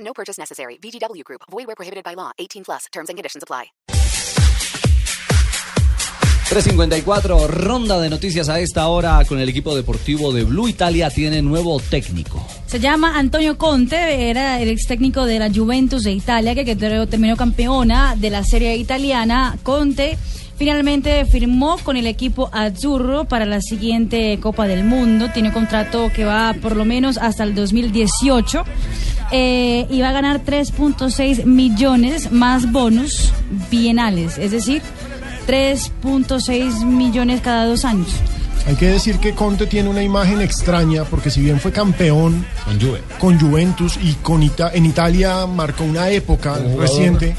No purchase necessary. VGW Group. Void where prohibited by law. 18 plus. Terms and conditions apply. 354, ronda de noticias a esta hora con el equipo deportivo de Blue Italia. Tiene nuevo técnico. Se llama Antonio Conte, era el ex técnico de la Juventus de Italia, que, que terminó campeona de la Serie Italiana. Conte finalmente firmó con el equipo Azzurro para la siguiente Copa del Mundo. Tiene un contrato que va por lo menos hasta el 2018. Eh, y va a ganar 3.6 millones más bonus bienales, es decir, 3.6 millones cada dos años. Hay que decir que Conte tiene una imagen extraña porque si bien fue campeón Con Juve. con Juventus y con Ita- en Italia marcó una época reciente,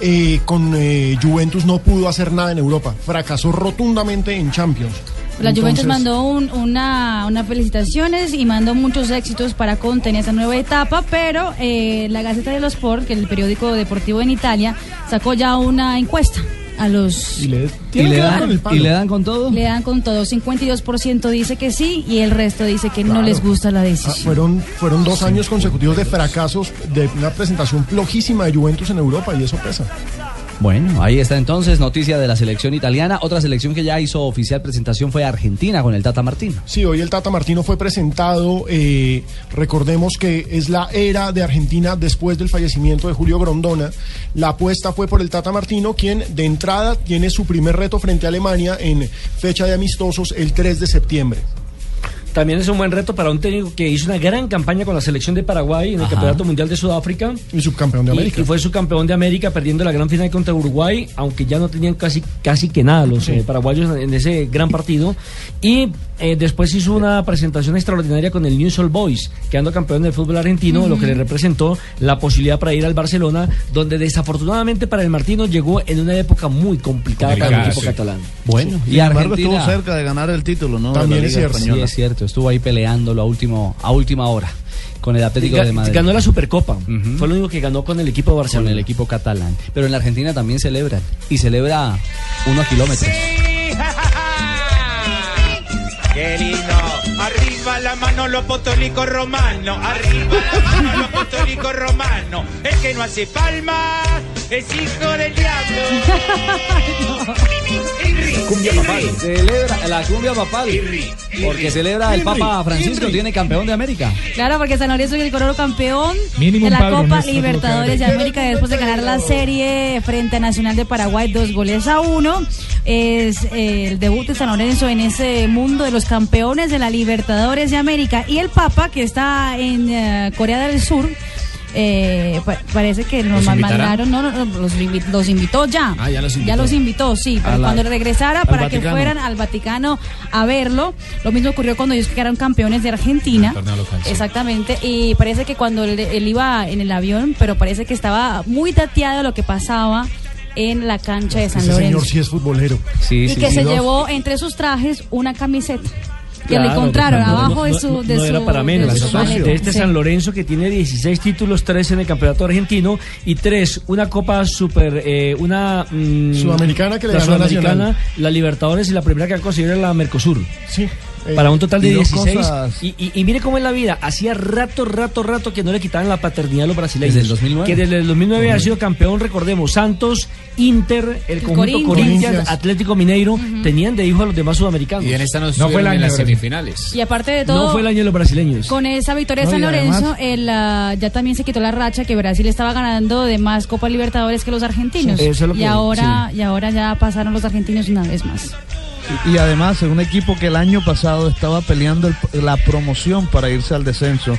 eh, con eh, Juventus no pudo hacer nada en Europa. Fracasó rotundamente en Champions. La Juventus Entonces, mandó un- una, unas felicitaciones y mandó muchos éxitos para Conte en esa nueva etapa, pero eh, la Gaceta dello Sport, que es el periódico deportivo en Italia, sacó ya una encuesta a los... Y le, ¿Y tiene le, que dar con el dan, palo. ¿Y le dan con todo? Le dan con todo, 52% dice que sí y el resto dice que no Claro. les gusta la Ah, decisión. fueron, fueron dos años consecutivos de fracasos, de una presentación flojísima de Juventus en Europa y eso pesa. Bueno, ahí está entonces noticia de la selección italiana. Otra selección que ya hizo oficial presentación fue Argentina con el Tata Martino. Sí, hoy el Tata Martino fue presentado. eh, recordemos que es la era de Argentina después del fallecimiento de Julio Grondona. La apuesta fue por el Tata Martino, quien de entrada tiene su primer reto frente a Alemania en fecha de amistosos el 3 de septiembre. También es un buen reto para un técnico que hizo una gran campaña con la selección de Paraguay en el Ajá. Campeonato Mundial de Sudáfrica. Y subcampeón de Y- América. Y, fue su campeón de América perdiendo la gran final contra Uruguay, aunque ya no tenían casi, casi que nada los eh, paraguayos en ese gran partido. Y eh, después hizo una presentación extraordinaria con el New Soul Boys, quedando campeón del fútbol argentino, lo que le representó la posibilidad para ir al Barcelona, donde desafortunadamente para el Martino llegó en una época muy complicada para el equipo catalán. Bueno, y Sin embargo, Argentina. estuvo cerca de ganar el título, ¿no? De También la es Liga cierto. Sí, Española. es cierto, estuvo ahí peleándolo a, último, a última hora con el Y Atlético ga- de Madrid. Ganó la Supercopa, Ujú. fue lo único que ganó con el equipo de con Barcelona. el equipo catalán. Pero en la Argentina también celebran. Y celebra uno a kilómetros. Qué lindo. Arriba la mano los potolicos romanos. Arriba la mano los potolicos romanos. El que no hace palmas es hijo del diablo. Henry, Henry, Celebra la cumbia papal. Henry, Henry. Porque celebra el Papa Francisco, tiene campeón de América. Claro, porque San Lorenzo es el cororo campeón Mínimo de un la palo, Copa Ernesto, Libertadores de América después de ganar la serie frente a Nacional de Paraguay, dos goles a uno. Es eh, el debut de San Lorenzo en ese mundo de los campeones de la Libertadores de América. Y el Papa, que está en eh, Corea del Sur. eh, pa- parece que nos man- invitará? mandaron, no, no, no, los, invi- los invitó ya. Ah, ya los invitó. invitó, sí, para la- cuando regresara, al para que Vaticano. fueran al Vaticano a verlo. Lo mismo ocurrió cuando ellos quedaron campeones de Argentina. Del torneo local, sí. Exactamente. Y parece que cuando él, él iba en el avión, pero parece que estaba muy tateado lo que pasaba en la cancha de San Ese Lorenzo. señor sí es futbolero. Sí, y que se sí. llevó entre sus trajes una camiseta. Que Claro, lo encontraron pues, no, abajo de no, su. no, de no su- era para de menos. su maleta, de este sí. San Lorenzo que tiene 16 títulos, 3 en el campeonato argentino y 3, una copa super, eh, una mm, Sudamericana que le la ganó a Sudamericana, Nacional. la Libertadores y la primera que han conseguido era la Mercosur. Sí. eh, Para un total de y dos 16. cosas. Y, y- y mire cómo es la vida. Hacía rato, rato, rato que no le quitaban la paternidad a los brasileños. Desde el 2009. Que desde el 2009 ha sido campeón, recordemos, Santos, Inter, el, conjunto Corinthians, Corinthians. Atlético Mineiro, tenían de hijo a los demás sudamericanos. Y en esta no, fue estuvieron el en año, las ¿verdad? semifinales. Y aparte de todo. No fue el año de los brasileños. Con esa victoria de No, San y además- Lorenzo, el, ah, ya también se quitó la racha que Brasil estaba ganando de más Copa Libertadores que los argentinos. Sí, eso es lo y que- ahora y ahora ya pasaron los argentinos una vez más. Y además, es un equipo que el año pasado estaba peleando el- la promoción para irse al descenso.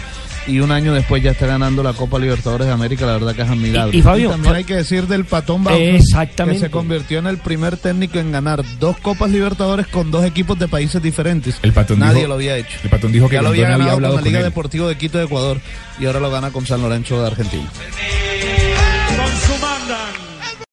y un año después ya está ganando la Copa Libertadores de América, la verdad que es admirable. Y- y Fabio, también Fa- hay que decir del Patón Bauer, Exactamente. que se convirtió en el primer técnico en ganar dos Copas Libertadores con dos equipos de países diferentes. El Patón Nadie dijo- lo había hecho. el Patón dijo que ya lo Grondona había había ganado hablado con la con Liga él. Deportivo de Quito de Ecuador y ahora lo gana con San Lorenzo de Argentina.